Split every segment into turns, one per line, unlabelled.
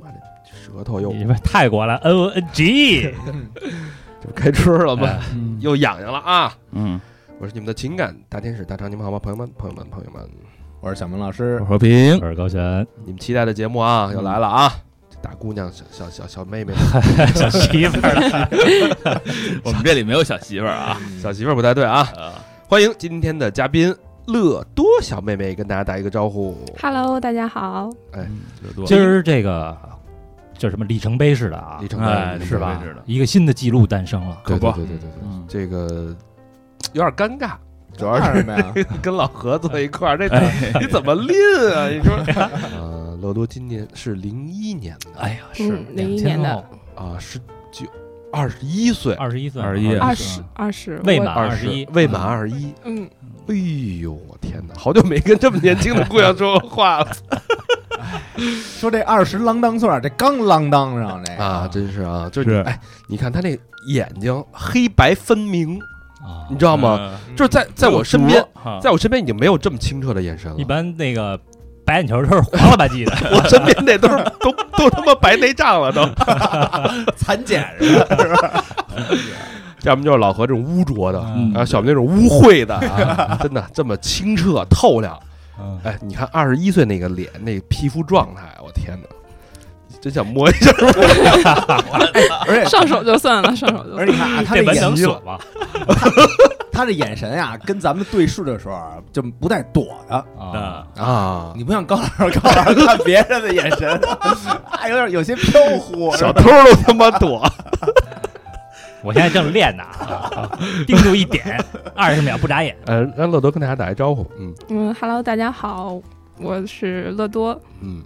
妈的，舌头又
你们泰国了，N 呃 O N G，
这不开春了吗？
嗯
又痒痒了啊！
嗯，
我是你们的情感大天使大长，你们好吗？朋友们，朋友们，朋友们，
我是小明老嗯师
我，和平
我是高璇，
你们期待的节目啊，又来了啊！这大姑娘、小小小小妹妹、
小媳妇儿了，
我们这里没有小媳妇儿啊，
小媳妇儿不带队啊！
嗯
欢迎今天的嘉宾乐多小妹妹跟大家打一个招呼。
Hello，大家好。
乐多
今儿这个叫什么里程碑似的啊，
里程碑
哎
里
是
程
碑
吧
似的？
一个新的记录诞生了，
对对
吧
对对对对，
嗯
这个有点尴尬，
主要是什么呀？
跟老何坐一块儿，这你怎么拎啊？你说，哎呃，乐多今年是零一年的，
哎呀，是
嗯01年的
啊，十九二十一岁，
二十一岁，啊
21
二十二十，
未
我
满
二
十一
未满二十一。
嗯，
哎呦，我天哪，好久没跟这么年轻的姑娘说过话 了
说这二十啷当岁儿，这刚啷当上这
啊！真是啊，就是
是
哎，你看他那眼睛黑白分明，
啊
你知道吗？？
嗯
就是在在我身边，，在我身边已经没有这么清澈的眼神了。
一般那个白眼球都是黄了吧唧的，
我身边那都是都都他妈白内障了，都
残检似的，
要么就是老何这种污浊的，
嗯
然后小明那种污秽的，啊，真的这么清澈透亮。
嗯
哎，你看二十一岁那个脸，那个皮肤状态，我天哪，真想摸一下。
而且
上手就算了，上手就
而
算了。
且你看啊，他
这
这
门
眼
能
睛，
锁吗？
他这眼神啊，跟咱们对视的时候啊就不带躲的。
啊，
啊，
你不像高老师，高老师看别人的眼神， 啊，有点有些飘忽。
小偷都他妈躲，
我现在正练呢，啊 盯住一点，二十秒不眨眼，
呃，让乐多跟大家打一招呼，嗯
嗯，Hello，大家好，我是乐多。
嗯，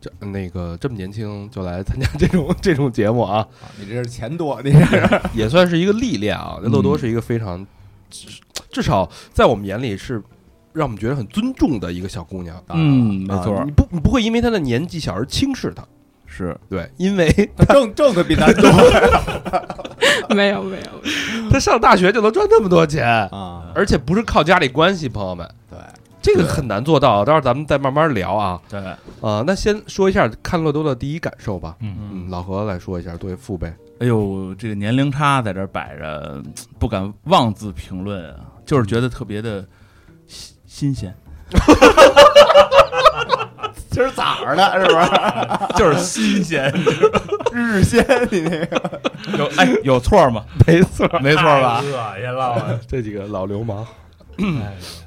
这那个这么年轻就来参加这种这种节目啊，
你这是钱多，你这是
也算是一个历练啊。这乐多
嗯
是一个非常，至至少在我们眼里是让我们觉得很尊重的一个小姑娘。
嗯，没
啊
错
你，不你不会因为她的年纪小而轻视她，
是
对，因为
他挣挣的比咱 多
没有，没有，
她上大学就能赚那么多 钱，
啊。
而且不是靠家里关系，朋友们，
对，
这个很难做到，到时候咱们再慢慢聊啊。
对，
啊，那先说一下看乐多的第一感受吧。
嗯，
嗯，老何来说一下，作为父辈，
哎呦，这个年龄差在这儿摆着，不敢妄自评论啊，就是觉得特别的新新鲜，
今儿早上的是 吧？
就是新 鲜，
日鲜，你那个
有哎有错吗？
没错，
没错吧？
恶心了，
这几个老流氓。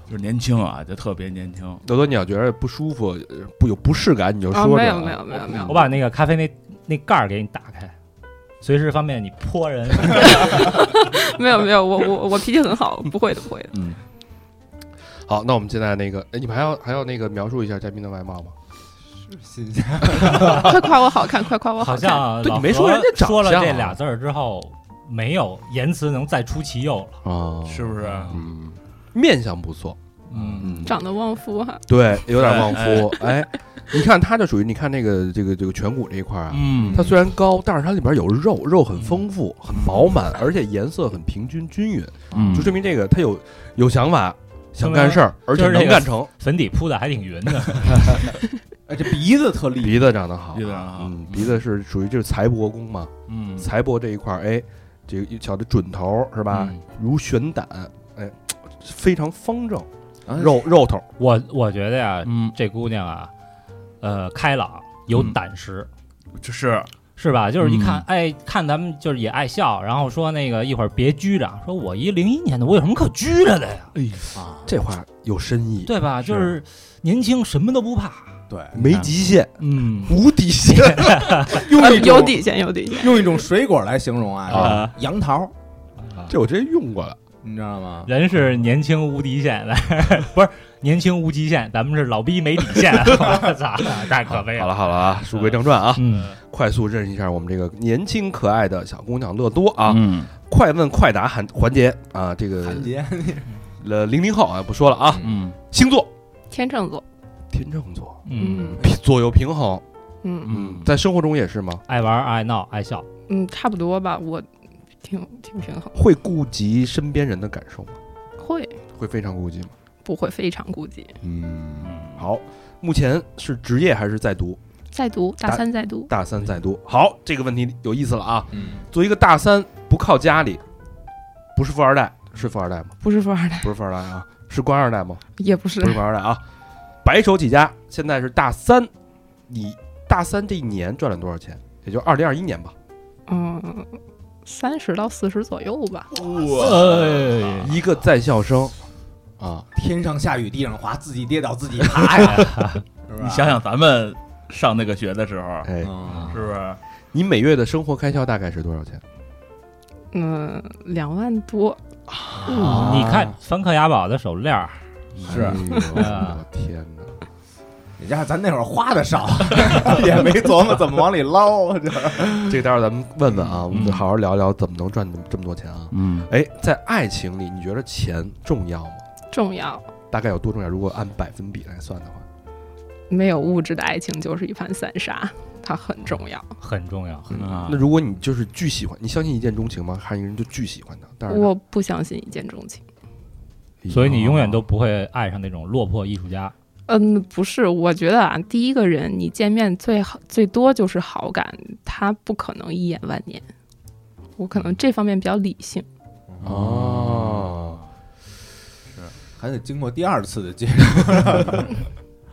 就是年轻啊，就特别年轻，
乐多，你要觉得不舒服、呃不有不适感，你就
啊，
说出
没
来
有，
啊。
没有，没有，没
我
有。
把那个咖啡那那盖儿给你打开，随时方便你 泼人。
没有，没有，我我我脾气很好，不会的，不 会的。
嗯，
好，那我们现在那个，哎，你们还要还要那个描述一下嘉宾的外貌吗？
新鲜
快夸我好看，快夸我
好
看。
像
对
老
你没
何
说人家长
说了
相
这
啊
俩字儿之后，没有言辞能再出其右了。
啊
是不是？
嗯，面相不错，
嗯，
嗯，
长得旺夫哈，
对，有点旺夫。哎，你看他就属于，你看那个这个这个颧骨这一块啊，
嗯，
它虽然高，但是它里边有肉，肉很丰富、很饱满，而且颜色很平均均匀，
嗯
就证明这个它有有想法，想干事儿，而且
就是这
能
个
干成。
粉底铺的还挺匀的。
哎，这鼻子特立，
鼻子长得好，
鼻子长得好
嗯，鼻子是属于就是财帛宫嘛，
啊嗯
财帛这一块儿，哎，这个小的准头儿是吧？
嗯
如悬胆，哎，非常方正，
啊
肉肉头儿，
我我觉得呀，
嗯，
这姑娘啊，呃，开朗有
嗯
胆识，
这是
是吧？就是一看
嗯，
哎，看咱们就是也爱笑，然后说那个一会儿别拘着，说我一零一年的，我有什么可拘着的呀？
啊，
这话有深意，
对吧？
是
就是年轻，什么都不怕。
对，
没极限，
嗯，
无底线，
用
啊
一种
有底线，有底线。
用一种水果来形容啊，
啊
就是杨桃，
这我之前用过了，
你知道吗？
人是年轻无底线的， 不是年轻无极限，咱们是老逼没底线。啊 我操，太可悲
好
了。
了好了啊，书归正传啊，
哎嗯，
快速认识一下我们这个年轻可爱的小姑娘乐多啊。
嗯，
快问快答环环节啊，这个
韩杰，
呃零零后啊不说了啊，
嗯
星座
天秤座，
天秤座，
嗯，
平左右平衡，
嗯
嗯，
在生活中也是吗？
爱玩爱闹爱笑，
嗯，差不多吧，我挺挺平衡，
会顾及身边人的感受吗？
会
会非常顾及吗？
不会非常顾忌？
嗯，
嗯
好，目前是职业还是在读？
在读大
大
三，在读，
大三在读。好，这个问题有意思了啊！
嗯，
作为一个大三不靠家里，不是富二代，是富二代吗？
不是富二代，
不是富二代啊，是官二代吗？
也不是
不是富二代啊，白手起家，现在是大三，你大三这一年赚了多少钱？也就二零二一年吧，
嗯，三十到四十左右吧。
哎，
一个在校生啊，
天上下雨，地上滑，自己跌倒自己爬 呀，是吧？
你想想咱们上那个学的时候，
哎，
嗯，
是不是？
你每月的生活开销大概是多少钱？
嗯，两万多，
嗯你看梵克雅宝的手链儿，
是
哎呦我
啊
天哪！
人家咱那会儿花的少， 也没琢磨怎么往里 捞，这
这个待会儿咱们问问啊，我们
嗯
好好聊聊怎么能赚这么多钱啊？
嗯，
哎，在爱情里，你觉得钱重要吗？
重要。
大概有多重要？如果按百分比来算的话，
没有物质的爱情就是一盘散沙，它很重要。
很重要。
啊
那如果你就是巨喜欢，你相信一见钟情吗？还是一个人就巨喜欢他？但是呢
我不相信一见钟情。
所以你永远都不会爱上那种落魄艺术家。
嗯，不是，我觉得啊，第一个人你见面最好最多就是好感，他不可能一眼万年。我可能这方面比较理性，
哦，
还得经过第二次的接触。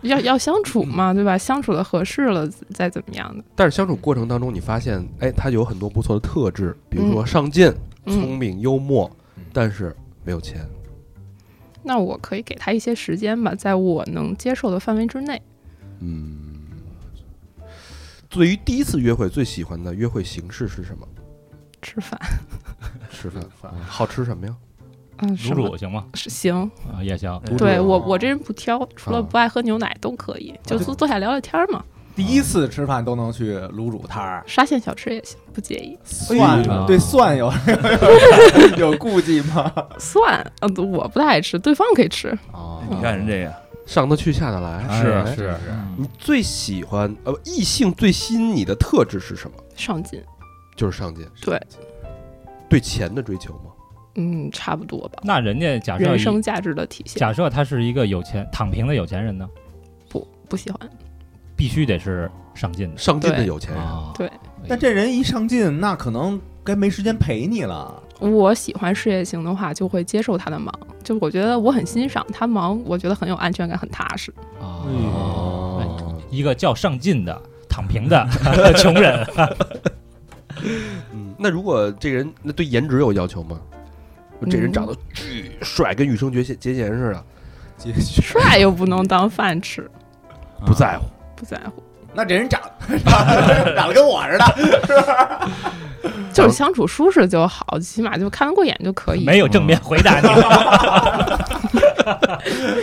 要要相处嘛，对吧？相处的合适了再怎么样的。
但是相处过程当中，你发现，哎，他有很多不错的特质，比如说上进、
嗯，
聪明、幽默
嗯，
但是没有钱。
那我可以给他一些时间吧，在我能接受的范围之内。
嗯，对于第一次约会，最喜欢的约会形式是什么？
吃饭，
吃饭，嗯好吃什么呀？
嗯，
卤
什么
煮行吗？
是行？
啊，也行。
卤煮
对
啊
我我这人不挑，除了
啊
不爱喝牛奶都可以，就
对
坐坐下聊聊天嘛，
第一次吃饭都能去卤煮摊儿，
沙县小吃也行，不介意。
蒜
哎呦
对蒜 有有顾忌 吗？
蒜，嗯，我不太爱吃，对方可以吃。
啊
你看人这个，
上得去下得来，
哎
哎
是是，
你最喜欢呃不异性最吸引你的特质是什么？
上进，
就是上进，
对，
对钱的追求吗？
嗯，差不多吧。
那人家假设
人
一
生价值的体现。
假设他是一个有钱躺平的有钱人呢，
不不喜欢，
必须得是上进的
上进的
对
有钱人，
啊。
对
那这人一上进，那可能该没时间陪你了。
我喜欢事业型的话，就会接受他的忙。就我觉得我很欣赏他忙，我觉得很有安全感，很踏实。
啊
哦，
哎一个叫上进的躺平的穷人，
嗯，那如果这个人那对颜值有要求吗？这人长得巨帅，跟羽生结弦结弦似的，
继续，
帅又不能当饭吃，
不在乎。
不在乎，
那这人长 长得跟我似的，
就是相处舒适就好，起码就看得过眼就可以。
没有正面回答你。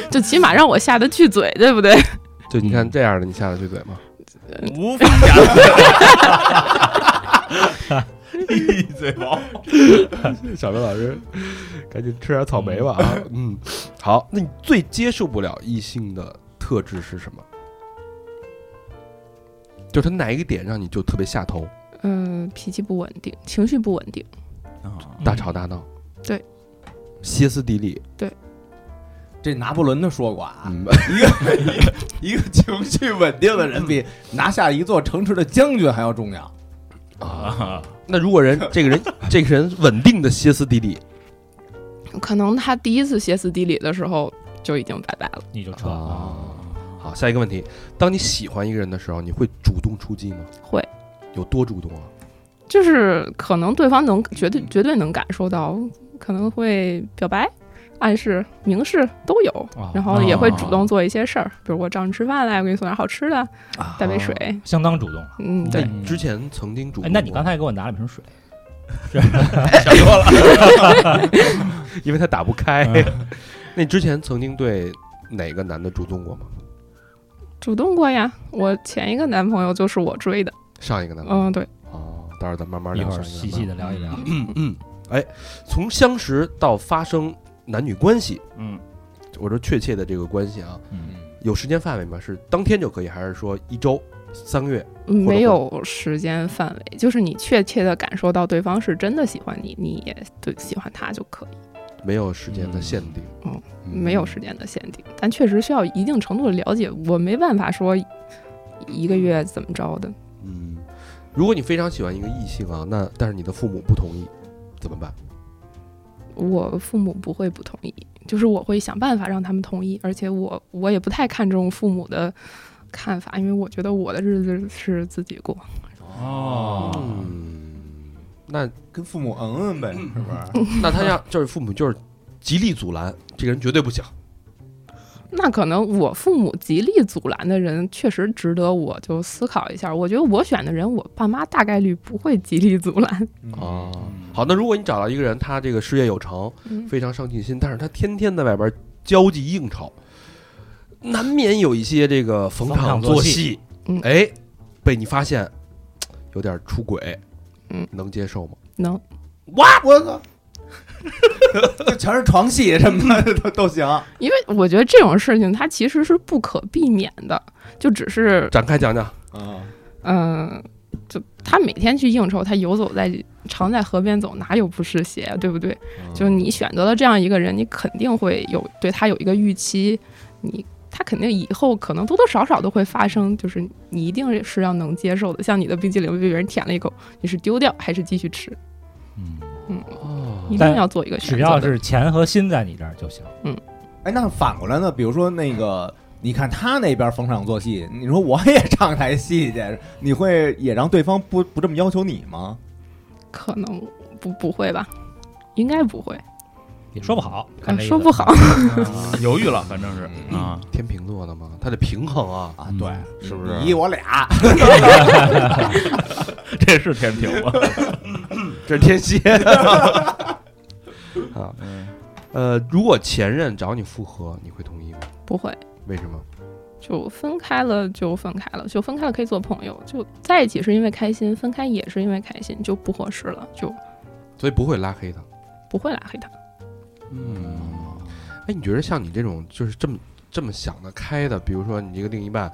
就起码让我下得去嘴，对不对？
就你看这样的，你下得去嘴吗？
无法假一嘴毛，
小明老师，赶紧吃点草莓吧啊！ 嗯，好，那你最接受不了异性的特质是什么？就他哪一个点让你就特别下头，
嗯、脾气不稳定，情绪不稳定，
大吵大闹？
对，
歇斯底里。
这拿破仑他说过啊，
嗯，
一个一个一个情绪稳定的人比拿下一座城池的将军还要重要。
啊，
那如果人这个人这个人稳定的歇斯底里，
可能他第一次歇斯底里的时候就已经拜拜了。
你就撤
啊好，下一个问题，当你喜欢一个人的时候，你会主动出击吗？
会，
有多主动啊？
就是可能对方能绝对绝对能感受到，可能会表白、暗示、明示都有。
啊
然后也会主动做一些事儿，比如我找你吃饭来，我给你送点好吃的，带杯水。
相当主动。
啊嗯，对，
之前曾经主
哎
动，
那你刚才给我拿了瓶水，
想多了。
因为他打不开。
嗯
那你之前曾经对哪个男的主动过吗？
主动过呀。我前一个男朋友就是我追的，
上一个男的？
嗯，对，
哦，待会儿咱慢慢
一
聊
会
上
儿
一个
细细的聊一聊。
嗯嗯
从相识到发生男女关系，
嗯，
我说确切的这个关系啊，
嗯，
有时间范围吗？是当天就可以，还是说一周、三个月？
没有时间范围，就是你确切的感受到对方是真的喜欢你，你也对喜欢他就可以，
没有时间的限定，
嗯没有时间的限定。但确实需要一定程度的了解，我没办法说一个月怎么着的。
嗯，如果你非常喜欢一个异性啊，那但是你的父母不同意，怎么办？
我父母不会不同意，就是我会想办法让他们同意，而且我我也不太看重父母的看法，因为我觉得我的日子是自己过。
哦，
嗯，那
跟父母嗯嗯呗，是不是？
那他要就是父母就是极力阻拦，这个人绝对不行。
那可能我父母极力阻拦的人，确实值得我就思考一下。我觉得我选的人，我爸妈大概率不会极力阻拦。
嗯
哦，好，那如果你找到一个人，他这个事业有成，
嗯，
非常上进心，但是他天天在外边交际应酬，难免有一些这个逢场作戏
逢场作戏嗯。
哎，被你发现，嘖有点出轨，
嗯，
能接受吗？
能
我操，就全是床戏什么
嗯
的都都行。
啊
因为我觉得这种事情它其实是不可避免的，就只是
展开讲讲。啊
嗯，
嗯、就他每天去应酬，他游走在常在河边走，哪有不湿鞋啊，对不
嗯
对？就是你选择了这样一个人，你肯定会有对他有一个预期，你他肯定以后可能多多少少都会发生，就是你一定是要能接受的。像你的冰激凌被别人舔了一口，你是丢掉还是继续吃？
嗯，
一定
但
要做一个选择
只
的。
哦要是钱和心在你这儿就行。
哎，那反过来呢？比如说那个，你看他那边逢场作戏，你说我也唱台戏去，你会也让对方不不这么要求你吗？
可能嗯不不会吧，应该不会，
也说不好，看
啊
这意思
说不好。
犹豫了，反正是啊，
天秤座的嘛，他得平衡啊，
啊，
嗯
对，
是不是
你一我俩，
这是天平吗？
这是天 蝎。啊，
嗯
呃，如果前任找你复合，你会同意吗？
不会，
为什么？
就分开了就分开了，就分开了可以做朋友，就在一起是因为开心，分开也是因为开心，就不合适了，就
所以不会拉黑他。
不会拉黑他。
嗯，哎，你觉得像你这种就是这么这么想得开的，比如说你这个另一半，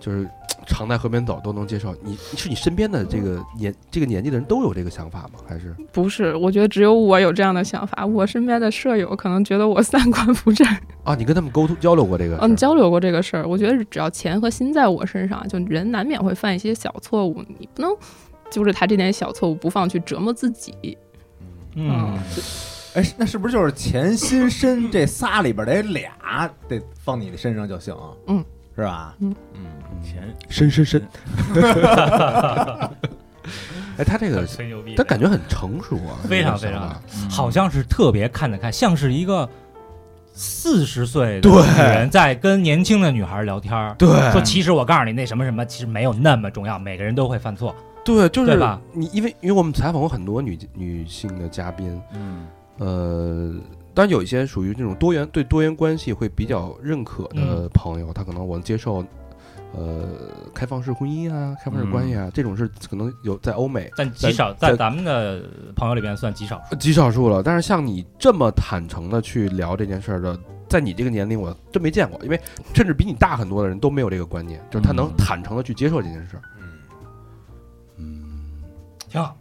就是常在河边走都能接受，你是你身边的这个年这个年纪的人都有这个想法吗？还是
不是，我觉得只有我有这样的想法。我身边的舍友可能觉得我三观不正。
啊，你跟他们沟通交流过这个事儿？
嗯，交流过这个事儿，我觉得只要钱和心在我身上，就人难免会犯一些小错误，你不能揪着他这点小错误不放去折磨自己。
嗯，
哎，那是不是就是前心身这仨里边得俩得放你的身上就行？
嗯，
是吧？
钱
深深深。哎，他这个
吹牛逼
他感觉很成熟啊，
嗯非常
这个想法
好像是特别看得开，像是一个四十岁的
对
女人在跟年轻的女孩聊天儿。说
对
其实我告诉你，那什么什么，其实没有那么重要，每个人都会犯错。
对，就
对
是
吧
你，因为因为我们采访过很多女女性的嘉宾，
嗯
呃，当然有一些属于这种多元对多元关系会比较认可的朋友，他可能我接受，呃，开放式婚姻啊，开放式关系啊，这种是可能有在欧美
但极少在
在
咱们的朋友里边算极少数。
呃极少数了。但是像你这么坦诚的去聊这件事儿的，在你这个年龄，我真没见过，因为甚至比你大很多的人都没有这个观念，就是他能
嗯
坦诚的去接受这件事儿。
嗯，
挺 好，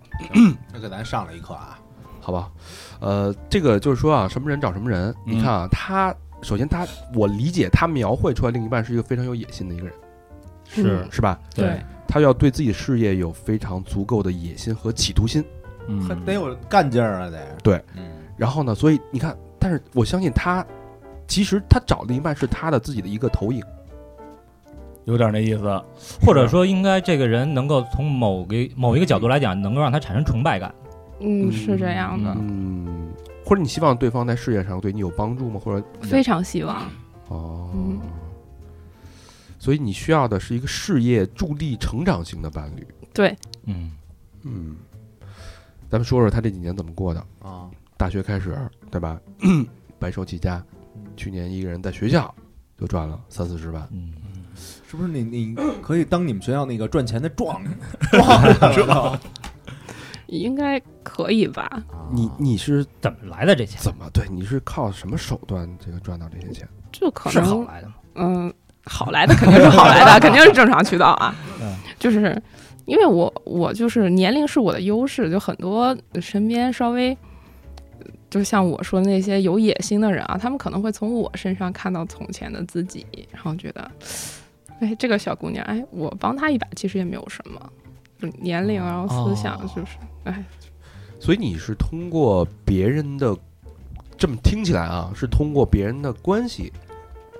这给咱上了一课啊。
好吧，呃，这个就是说啊，什么人找什么人。你看啊，他首先他，我理解他描绘出来另一半是一个非常有野心的一个人，
是
是吧？
对，
他要对自己的事业有非常足够的野心和企图心。
嗯
还得有干劲儿啊，得
对，
嗯，
然后呢，所以你看，但是我相信他，其实他找另一半是他的自己的一个投影。
有点那意思，
或者说应该这个人能够从某个某一个角度来讲，能够让他产生崇拜感。
嗯，是这样的，
嗯，或者你希望对方在事业上对你有帮助吗？或
嗯
者
非常希望。
哦
嗯，
所以你需要的是一个
嗯
事业助力成长型的伴侣。
对，
嗯
嗯，咱们说说他这几年怎么过的。
啊，
大学开始，对吧？ 白手起家，去年一个人在学校就赚了三四十万。
嗯，
是不是你你可以当你们学校那个赚钱的状状是吧？
应该可以吧？
你你是
怎么来的这钱？
怎么对？你是靠什么手段这个赚到这些钱？
这可
是好
能
来的吗？
嗯，好来的肯定是好来的，肯定是正常渠道啊。
嗯
就是因为我我就是年龄是我的优势，就很多身边稍微。就像我说的那些有野心的人啊，他们可能会从我身上看到从前的自己，然后觉得，哎，这个小姑娘，哎，我帮她一把其实也没有什么，就年龄然后思想就是，哎，
所以你是通过别人的，这么听起来啊，是通过别人的关系，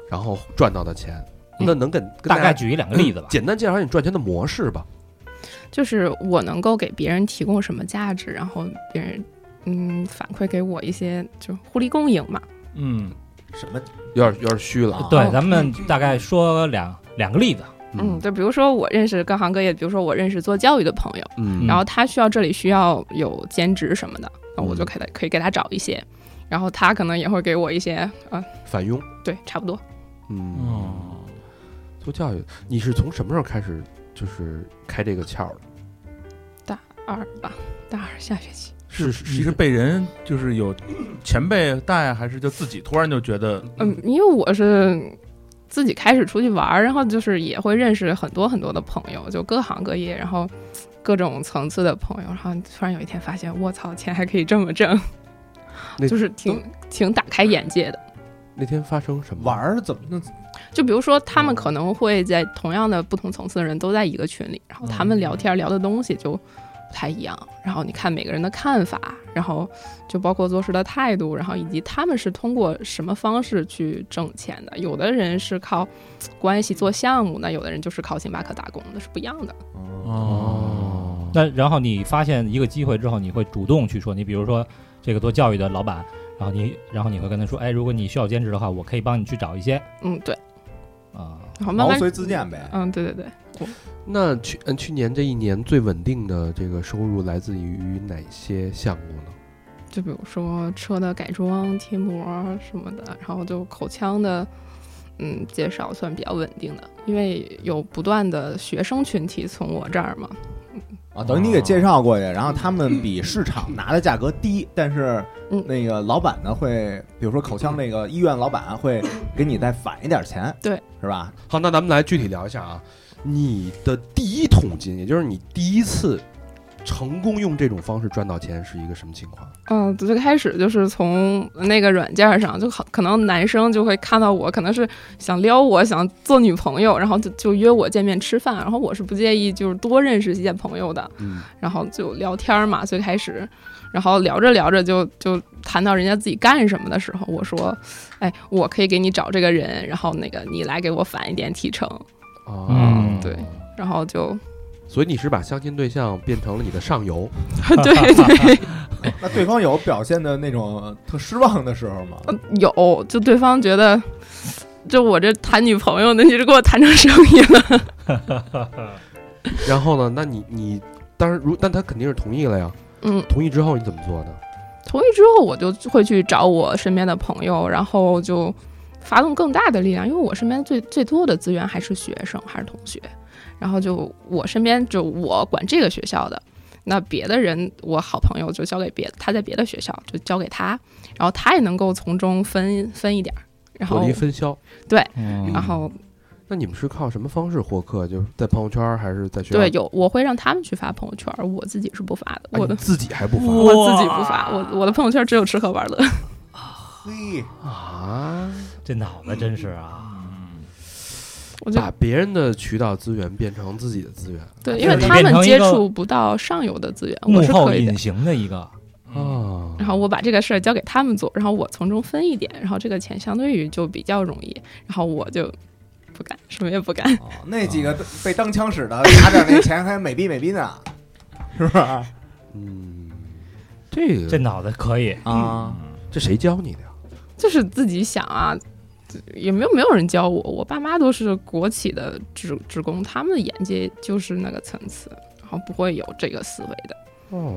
然后赚到的钱。
嗯
那能跟跟
大概
家嗯
举一两个例子吧。
简单介绍一下你赚钱的模式吧。
就是我能够给别人提供什么价值，然后别人嗯反馈给我一些，就互利共赢嘛。
嗯，
什么
有点有点虚了，啊
对，咱们大概说两两个例子。
嗯，就比如说我认识各行各业，比如说我认识做教育的朋友，
嗯
然后他需要这里需要有兼职什么的，那我就
嗯
给他可以给他找一些，然后他可能也会给我一些，呃，
反嗯佣，
对，差不多。
嗯，
哦，
做教育，你是从什么时候开始就是开这个窍的？
二吧，大二下学期，
是是
你是被人就是有前辈带啊呀，还是就自己突然就觉得
嗯，因为我是自己开始出去玩儿，然后就是也会认识很多很多的朋友，就各行各业，然后各种层次的朋友，然后突然有一天发现，我操，钱还可以这么挣
那，
就是挺挺打开眼界的。
那天发生什么
玩？儿怎么那
就比如说，他们可能会在同样的不同层次的人都在一个群里，然后他们聊天聊的东西就不太一样。然后你看每个人的看法，然后就包括做事的态度，然后以及他们是通过什么方式去挣钱的。有的人是靠关系做项目，那有的人就是靠星巴克打工，那是不一样的。
哦，
那然后你发现一个机会之后，你会主动去说，你比如说这个做教育的老板，然后你然后你会跟他说，哎，如果你需要兼职的话，我可以帮你去找一些
嗯，对。
啊。
然后慢
毛
慢
遂自荐呗？
嗯，对对对，
那去嗯去年这一年最稳定的这个收入来自于哪些项目呢？
就比如说车的改装、贴膜什么的，然后就口腔的，嗯，介绍算比较稳定的，因为有不断的学生群体从我这儿嘛，嗯
啊，等于你给介绍过去，然后他们比市场拿的价格低，但是
嗯
那个老板呢会，比如说口腔那个医院老板啊会给你再返一点钱，
对，
是吧？
好，那咱们来具体聊一下啊，你的第一桶金，也就是你第一次成功用这种方式赚到钱是一个什么情况？
嗯，最开始就是从那个软件上，就好，可能男生就会看到我，可能是想撩我，想做女朋友，然后就就约我见面吃饭，然后我是不介意，就是多认识一些朋友的，
嗯，
然后就聊天儿嘛，最开始，然后聊着聊着就就谈到人家自己干什么的时候，我说，哎，我可以给你找这个人，然后那个你来给我返一点提成，
哦，
嗯
对，然后就
所以你是把相亲对象变成了你的上游，
对对
那对方有表现的那种特失望的时候吗？
嗯有，就对方觉得，就我这谈女朋友呢，你是给我谈成生意了，
然后呢，那你你当然如，但他肯定是同意了呀。
嗯，
同意之后你怎么做呢？
同意之后，我就会去找我身边的朋友，然后就发动更大的力量，因为我身边最最多的资源还是学生，还是同学。然后就我身边就我管这个学校的，那别的人我好朋友就交给别他在别的学校就交给他，然后他也能够从中分分一点儿，然
我
后
离分销。
嗯
然后
那你们是靠什么方式获客？就是在朋友圈还是在学校？
对有我会让他们去发朋友圈，我自己是不发的，
啊
我的
你自己还不发
我自己不发，我我的朋友圈只有吃喝玩乐。
嘿，
啊？
这脑子真是啊，
我就
把别人的渠道资源变成自己的资源
对，
就
因为
是你
他
变
们
成一
接
个
触不到上游的资源，我
幕
是
后
可以的
隐。形的一个，
啊
嗯然后我把这个事儿交给他们做，然后我从中分一点，然后这个钱相对于就比较容易，然后我就不干，什么也不干。
哦那几个被当枪使的拿点那钱还美逼美逼呢，是不是？
嗯，这个
这脑子可以。
啊，
这谁教你的呀？
就是自己想啊，也没有没有人教我，我爸妈都是国企的职职工，他们的眼界就是那个层次，然后不会有这个思维的。
哦，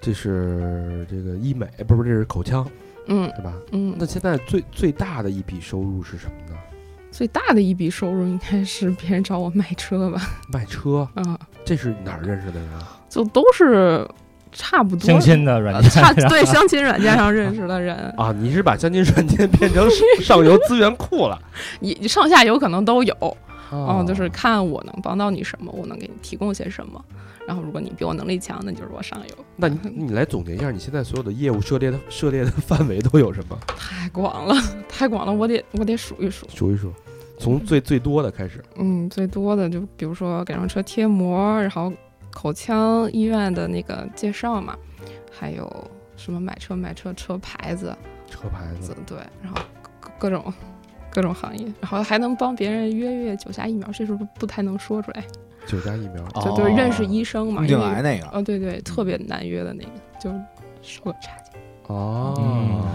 这是这个医美，不是不是这是口腔，
嗯
对吧？
嗯
那，现在最最大的一笔收入是什么呢？
最大的一笔收入应该是别人找我卖车吧，
卖车，
嗯，
这是哪儿认识的人啊？
就都是差不多
相亲的
呃
软件，
差对相亲软件上认识的人，
啊，你是把相亲软件变成 上游资源库了？
也上下游可能都有，
哦
嗯，就是看我能帮到你什么，我能给你提供些什么。然后，如果你比我能力强，那就是我上游。
那你你来总结一下，你现在所有的业务涉猎的涉猎的范围都有什么？
太广了，太广了，我得我得数一数。
数一数，从最最多的开始。
嗯，最多的就比如说改装车贴膜，然后口腔医院的那个介绍嘛，还有什么买车买车车牌子，
车牌子
子，对，然后各各种各种行业，然后还能帮别人约约九价疫苗，这是不不太能说出来，
九价疫苗，
哦
就对认识医生嘛，
病
因
进
为
来那个，
哦，对对，特别难约的那个，就收个差价。嗯
哦，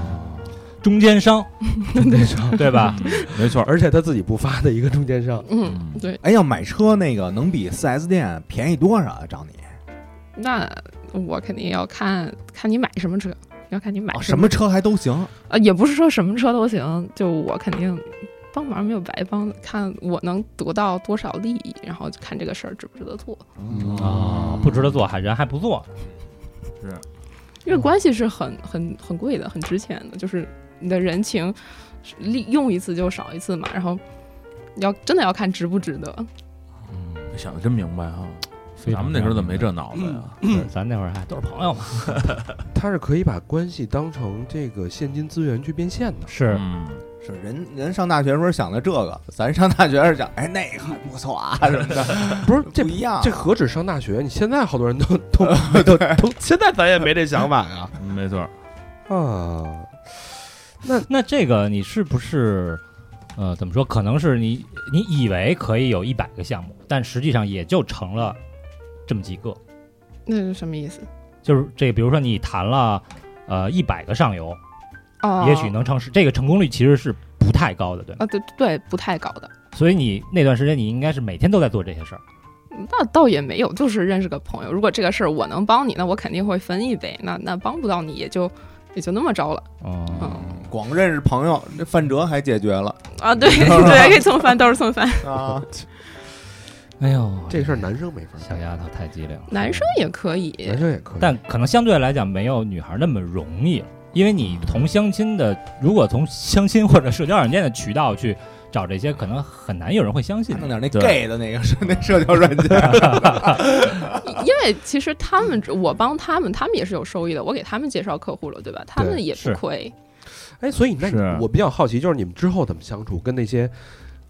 中间商，
中间商，
对吧？
没错，
而且他自己不发的一个中间商，
嗯，对，
哎，要买车那个能比四 S 店便宜多少啊？找你
那我肯定要看看你买什么车，要看你买
啊
什
什么车还都行，
啊，也不是说什么车都行，就我肯定帮忙没有白帮的，看我能得到多少利益，然后就看这个事儿值不值得做，
啊，不值得做，还人还不做，
因为关系是很很很贵的，很值钱的，就是你的人情是利用一次就少一次嘛，然后要真的要看值不值得，
想的真明白哈。
非
咱
常嗯
们那时候怎么没这脑子呀？
是咱那会儿还都是朋友嘛，
他是可以把关系当成这个现金资源去变现的。
是
嗯，
是人人上大学时候想的这个，咱上大学是想哎那个不错 啊什么的，
不是这
不一样。
这何止上大学？你现在好多人都都都都，哎现在咱也没这想法呀。
嗯没错。
啊，
那这个你是不是，呃，怎么说？可能是你你以为可以有一百个项目，但实际上也就成了这么几个。
那是什么意思？
就是这个，比如说你谈了，呃，一百个上游，
哦，
也许能成事，这个成功率其实是不太高的，对吗？
啊，对对，不太高的。
所以你那段时间你应该是每天都在做这些事儿。
那倒也没有，就是认识个朋友。如果这个事儿我能帮你，那我肯定会分一杯。那那帮不到你，也就也就那么着了
哦，
嗯光认识朋友，这范哲还解决了
啊。对对，可以蹭饭，都是蹭饭。
啊。
哎呦，
这事儿男生没法
小
干，
丫头太机灵了。
男生也可以，
男生也可以。
但可能相对来讲没有女孩那么容易，因为你从相亲的，如果从相亲或者社交软件的渠道去找这些，可能很难有人会相信
弄
你。
点那
对
gay 的那个是那社交软件，
因为其实他们我帮他们，他们也是有收益的。我给他们介绍客户了，对吧？他们也不
是
亏。
哎，所以那你
是
我比较好奇，就是你们之后怎么相处，跟那些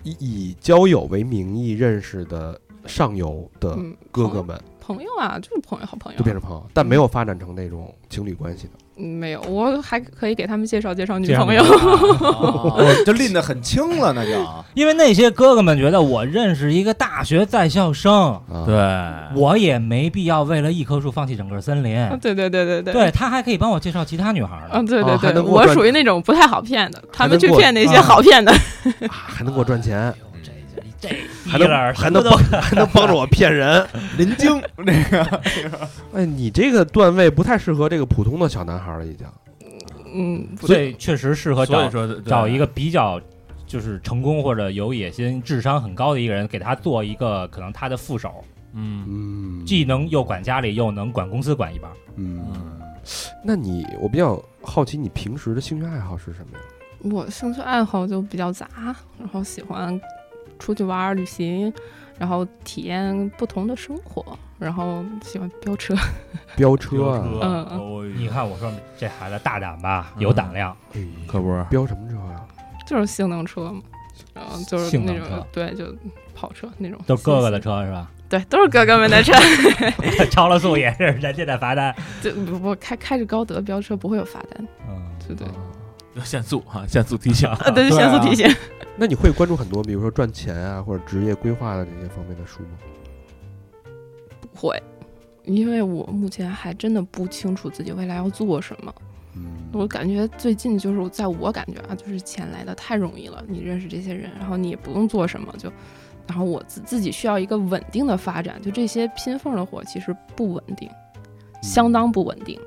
以以交友为名义认识的上游的
嗯，
哥
朋
哥们，
朋友啊，就是朋友，好朋友
就
啊、
变成朋友，但没有发展成那种情侣关系的。
嗯没有，我还可以给他们介绍介绍女
这样
朋友。
哦就拎得很轻了，那就。
因为那些哥哥们觉得我认识一个大学在校生，
啊，
对，
我也没必要为了一棵树放弃整个森林。
啊 对对对对对。
对他还可以帮我介绍其他女孩呢
嗯，。对
啊
对
还
对，
能给我
我
转
属于那种不太好骗的，他
还
们
能
去
给我
骗那些
啊
好骗的。
还能给我赚钱，
这
还
低
能
了
还能帮还能帮着我骗人。
林晶那个
哎，你这个段位不太适合这个普通的小男孩了，已经。
嗯，
所以确实适合
所以
找
说对
找一个比较就是成功或者有野心、智商很高的一个人，给他做一个可能他的副手，
嗯
嗯，
既能又管家里，又能管公司管一半。
嗯，
嗯
那你我比较好奇，你平时的兴趣爱好是什么呀？
我兴趣爱好就比较杂，然后喜欢出去玩儿、旅行，然后体验不同的生活，然后喜欢飙车。
飙车啊，
嗯嗯
哦
你看我说这孩子大胆吧，
嗯
有胆量，
可不是
哎飙什么车啊？
就是性能车嘛，然后就是
性
那
能
种
车
对，就跑车那种，
都哥哥的，车是吧？
对，都是哥哥们的车。
超了速也是人家的罚单。
就不我开开着高德飙车不会有罚单，
嗯，
对对
要限速啊，限 速提醒。
啊，对，就限速提醒。
那你会关注很多，比如说赚钱啊，或者职业规划的这些方面的书吗？
不会，因为我目前还真的不清楚自己未来要做什么。
嗯
我感觉最近就是在我感觉啊，就是钱来的太容易了，你认识这些人，然后你也不用做什么就。然后我自自己需要一个稳定的发展，就这些拼缝的活其实不稳定，相当不稳定。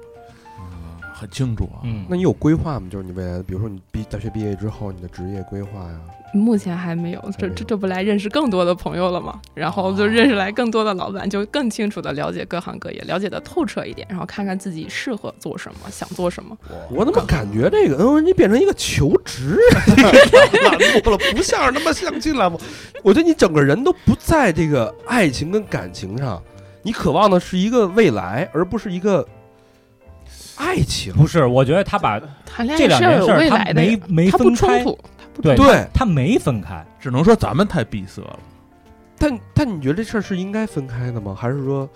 很清楚啊。
嗯，
那你有规划吗？就是你未来的，比如说你毕大学毕业之后，你的职业规划呀？
目前还没有，
哎
这这这不来认识更多的朋友了吗？然后
啊
就认识来更多的老板，就更清楚的了解各行各业，了解的透彻一点，然后看看自己适合做什么，想做什么。
我怎么感觉这个 N O N 变成一个求 职栏目了？不像是他妈相亲栏目。我觉得你整个人都不在这个爱情跟感情上，你渴望的是一个未来，而不是一个爱情。
不是，我觉得他把
谈恋
这
爱
两
是要
件
有
事儿
未
他
来的
没
呀，
没
它不
分
冲
开，
突，它不
对
冲突
对，
他没分开，
只能说咱们太闭塞了。
但但你觉得这事儿是应该分开的吗？还是说，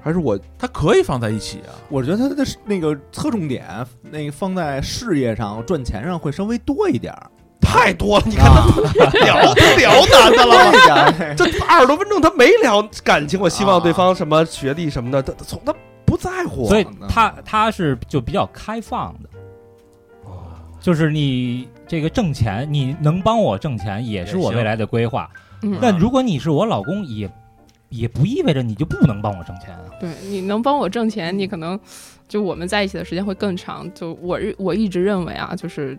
还是我
它可以放在一起啊，
嗯
我觉得他的那个侧重点，那个放在事业上、赚钱上会稍微多一点儿，啊
太多了？你看他
多
聊聊男的 了吗？
一点儿。
这二十多分钟他没聊感情，我希望
啊
对方什么学历什么的，他他从他不在乎。
所以
呢
他他是就比较开放的，就是你这个挣钱，你能帮我挣钱，也是我
行
未来的规划。
嗯，
但如果你是我老公，也也不意味着你就不能帮我挣钱啊。
对，你能帮我挣钱，你可能就我们在一起的时间会更长。就我日我一直认为啊，就是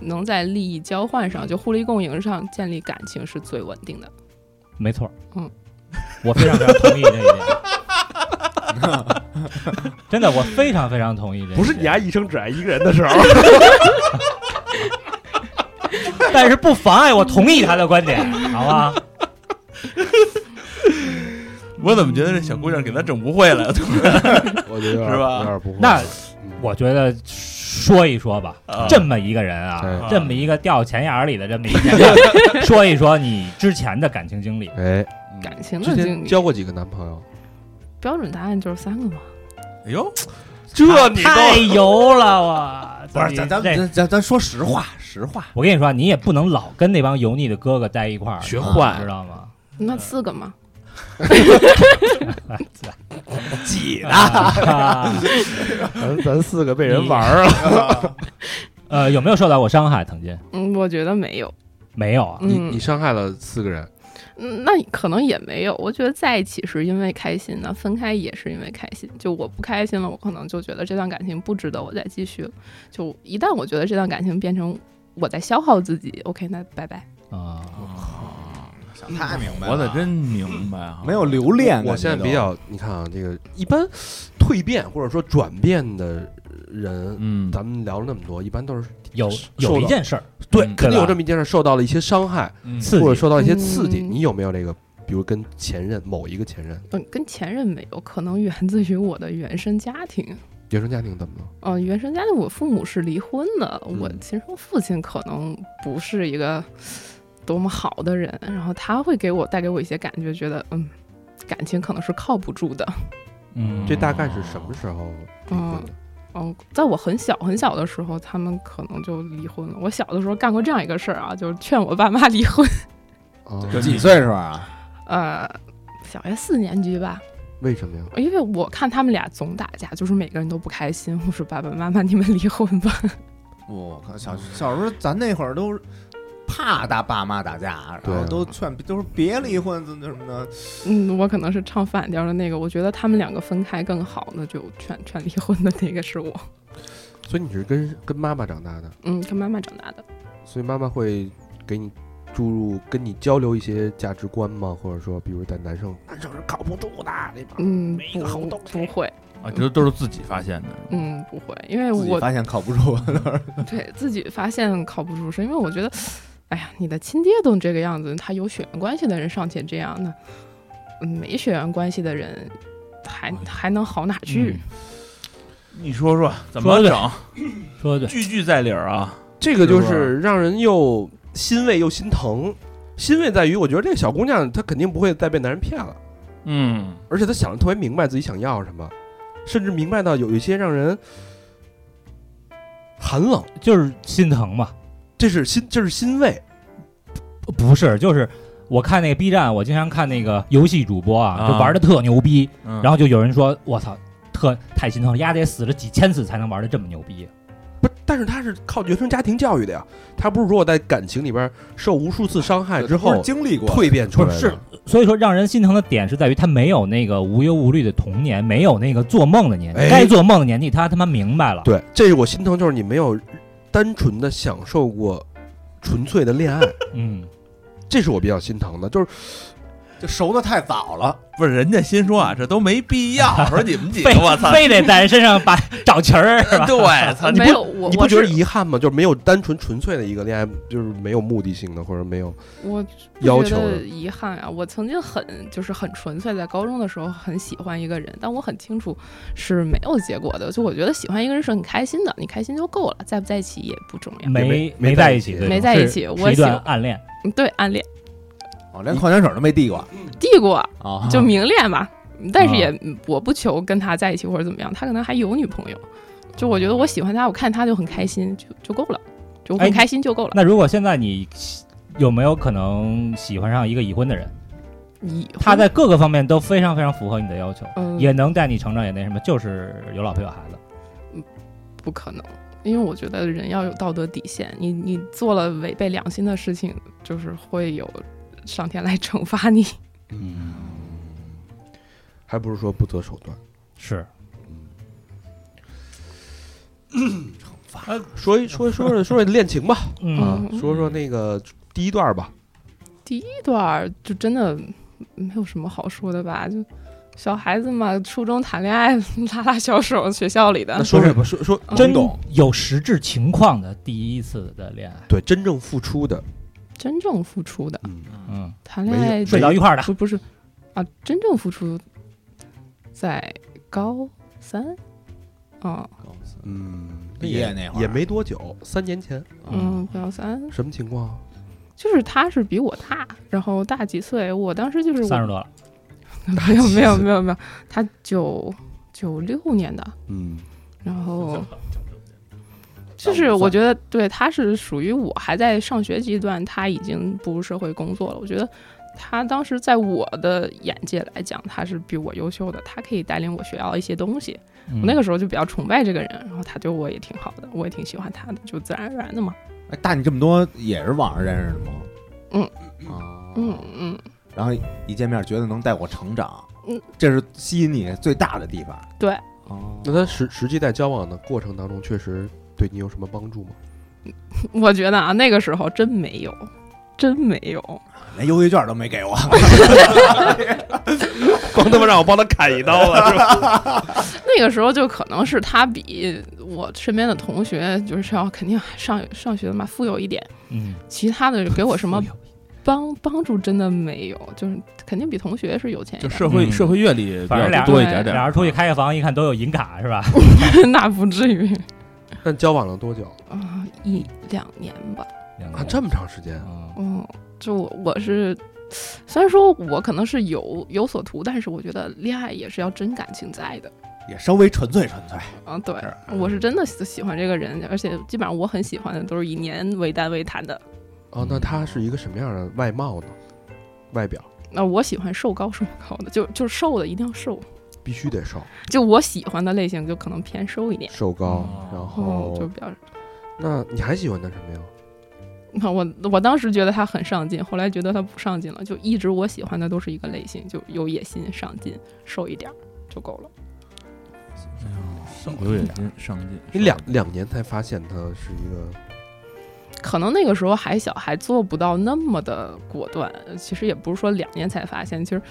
能在利益交换上，就互利共赢上建立感情是最稳定的。
没错，
嗯，
我非常非常同意这一点。 真的，我非常非常同意这。
不是你，爱一生只爱一个人的时候，
但是不妨碍我同意他的观点，好吧？
我怎么觉得这小姑娘给咱整不会 了？
我觉得
是吧
有点不会。
那
嗯
我觉得说一说吧，
啊
这么一个人啊
对，
这么一个掉钱眼儿里的这么一个人，说一说你之前的感情经历。
哎，
感情
之
的经
前
历，
交过几个男朋友？
标准答案就是三个嘛。
哎呦，
这
太油了，我
不是咱咱
这
咱咱咱说实话，实话，
我跟你说，你也不能老跟那帮油腻的哥哥在一块儿，
学
坏知道吗？
那四个嘛，
挤
啊
咱咱四个被人玩儿了。
呃，有没有受到过伤害？曾经
嗯，我觉得没有，
没有啊？
你
嗯
你伤害了四个人，
嗯，那可能也没有。我觉得在一起是因为开心的，分开也是因为开心。就我不开心了，我可能就觉得这段感情不值得我再继续了。就一旦我觉得这段感情变成我在消耗自己，OK，那拜拜。
啊，
想太明白了，
活的真明白啊！
没有留恋。
我我现在比较，你看啊，这个一般蜕变或者说转变的人，
嗯，
咱们聊了那么多，一般都是
有
受
有一
到
件事儿
对
嗯
肯定有
对吧
这么一件事受到了一些伤害，
嗯
刺
或者
激，
受到一些刺激。
嗯
你有没有这个？比如跟前任某一个前任
嗯，跟前任没有，可能源自于我的原生家庭。
原生家庭怎么了？
嗯、原生家庭我父母是离婚的，我
嗯
亲生父亲可能不是一个多么好的人，然后他会给我带给我一些感觉，觉得嗯，感情可能是靠不住的。
嗯
这大概是什么时候离婚的？
嗯，在我很小很小的时候，他们可能就离婚了。我小的时候干过这样一个事儿啊，就是劝我爸妈离婚。
哦，
就
几岁时候啊？
呃，小学四年级吧，
为什么呀？
因为我看他们俩总打架，就是每个人都不开心。我说爸爸妈妈，你们离婚吧。
我靠，小小时候咱那会儿都怕打爸妈打架，然后
对
都劝都是别离婚，怎么怎么的。
嗯，我可能是唱反调的那个，我觉得他们两个分开更好，那就劝劝离婚的那个是我。
所以你是跟跟妈妈长大的，
嗯，跟妈妈长大的。
所以妈妈会给你注入跟你交流一些价值观吗？或者说，比如在男生男生是靠不住的那帮
嗯
没，一个好
不
东
不
西。
会，
啊，这都是自己发现的。
嗯，不会，因为
自己
我
发现靠不住，
对自己发现靠不住，是因为我觉得，哎呀，你的亲爹都这个样子，他有血缘关系的人尚且这样，那嗯没血缘关系的人还还能好哪
嗯
去？
你说说怎
说
么
对
整？
说的对，
句句在理儿啊！
这个就是
不
是让人又欣慰又心疼。欣慰在于，我觉得这个小姑娘她肯定不会再被男人骗了，
嗯，
而且她想的特别明白自己想要什么，甚至明白到有一些让人寒冷，
就是心疼嘛，
这是欣这是欣慰。
不是，就是我看那个 B 站，我经常看那个游戏主播啊，
啊嗯
就玩的特牛逼，
然
然后就有人说，我操，特太心疼，丫得死了几千次才能玩的这么牛逼。
不是，但是他是靠原生家庭教育的呀，他不是说我在感情里边受无数次伤害之
都是
后
经历过
蜕变出
不
来
是
的，
是，所以说让人心疼的点是在于他没有那个无忧无虑的童年，没有那个做梦的年纪，
哎
该做梦的年纪他他妈明白
啊
了。
对，这是我心疼，就是你没有单纯的享受过纯粹的恋爱，
嗯，
这是我比较心疼的，就是
就熟的太早了，
不是人家心说啊，这都没必 要。说你们几个
非，
我操，
非得在人身上把找情儿是吧？
对，操，你
没有我，
啊你不
我
觉得
是
遗憾吗？就是没有单纯纯粹的一个恋爱，就是没有目的性的，或者没有
我
要
觉
求
得
的
遗憾啊，我曾经很就是很纯粹，在高中的时候很喜欢一个人，但我很清楚是没有结果的。就我觉得喜欢一个人是很开心的，你开心就够了，在不在一起也不重要。
没
没
没
在
在
一
一
起
起，
对
没
吧
在一
是
起
是
我
一段
喜
暗恋。
嗯对，暗恋
哦，连矿泉水都没递过
递过，
啊
就明恋吧，但是
啊
也、我不求跟他在一起或者怎么样，他可能还有女朋友。就我觉得我喜欢他，我看他就很开心，就就够了，就我
哎
很
你
开心就够了。
那如果现在你喜有没有可能喜欢上一个已婚的人？
你
他在各个方面都非常非常符合你的要求，
嗯、
也能带你成长，也那什么，就是有老婆有孩子。
不可能，因为我觉得人要有道德底线，你你做了违背良心的事情，就是会有上天来 惩罚你。
还不是说不择手段。
是，
说一说说说说恋情吧，
嗯，
啊
嗯，
说说那个第一段吧，
这段儿就真的没有什么好说的吧，就小孩子嘛，初中谈恋爱拉拉小手，学校里
那
的。
说说吧，说说
嗯
真
懂
有实质情况的第一次的恋爱，
对真正付出的，
真正付出的
嗯，
谈恋爱
睡到一块儿的，
不不是啊，真正付出在高三，嗯
嗯，
毕业那会儿
也没多久，三年前，
嗯，高三
什么情况？
就是他是比我大，然后大几岁，我当时就是我
三十多了，
没有没有没有没有，他九九六年的，
嗯，
然后就是我觉得对他是属于我还在上学阶段，他已经步入社会工作了。我觉得他当时在我的眼界来讲，他是比我优秀的，他可以带领我学到一些东西。我那个时候就比较崇拜这个人，然后他对我也挺好的，我也挺喜欢他的，就自然而然的嘛。
哎，大你这么多也是网上认识的吗？
嗯
啊，
嗯嗯，
然后一见面觉得能带我成长，
嗯，
这是吸引你最大的地方。
对，
哦，
那他实实际在交往的过程当中，确实对你有什么帮助吗？
我觉得啊，那个时候真没有，真没有。
连优惠券都没 给我，
光他妈让我帮他砍一刀啊！是吧？
那个时候就可能是他比我身边的同学，就是要肯定上上学的嘛，富有一点。
嗯，
其他的给我什么
富有
帮帮助真的没有，就是肯定比同学是有钱一
就
点
社会
嗯
社会阅历比
反正俩
较多一点点
俩
儿。
人出去开个房，一看都有银卡是吧？
的， 那不至于
但交往了多久
啊、一两年吧。
啊？这么长时间，
嗯
嗯，就我我是虽然说我可能是有有所图，但是我觉得恋爱也是要真感情在的。
也稍微纯粹纯粹。
啊，对
是，
我是真的喜喜欢这个人，而且基本上我很喜欢的都是以年为单位谈的。
哦，那他是一个什么样的外貌呢？外表
那、我喜欢瘦高瘦高的，就就是瘦的一定要瘦，
必须得瘦，
就我喜欢的类型就可能偏瘦一点，
瘦高
哦，
然
嗯，
后
就比较
那你还喜欢他什么呀？
那我我当时觉得他很上进，后来觉得他不上进了，就一直我喜欢的都是一个类型，就有野心、上进、瘦一点儿就够了。
我有点心上进，
你两两年才发现他是一个，
可能那个时候还小，还做不到那么的果断。其实也不是说两年才发现，其实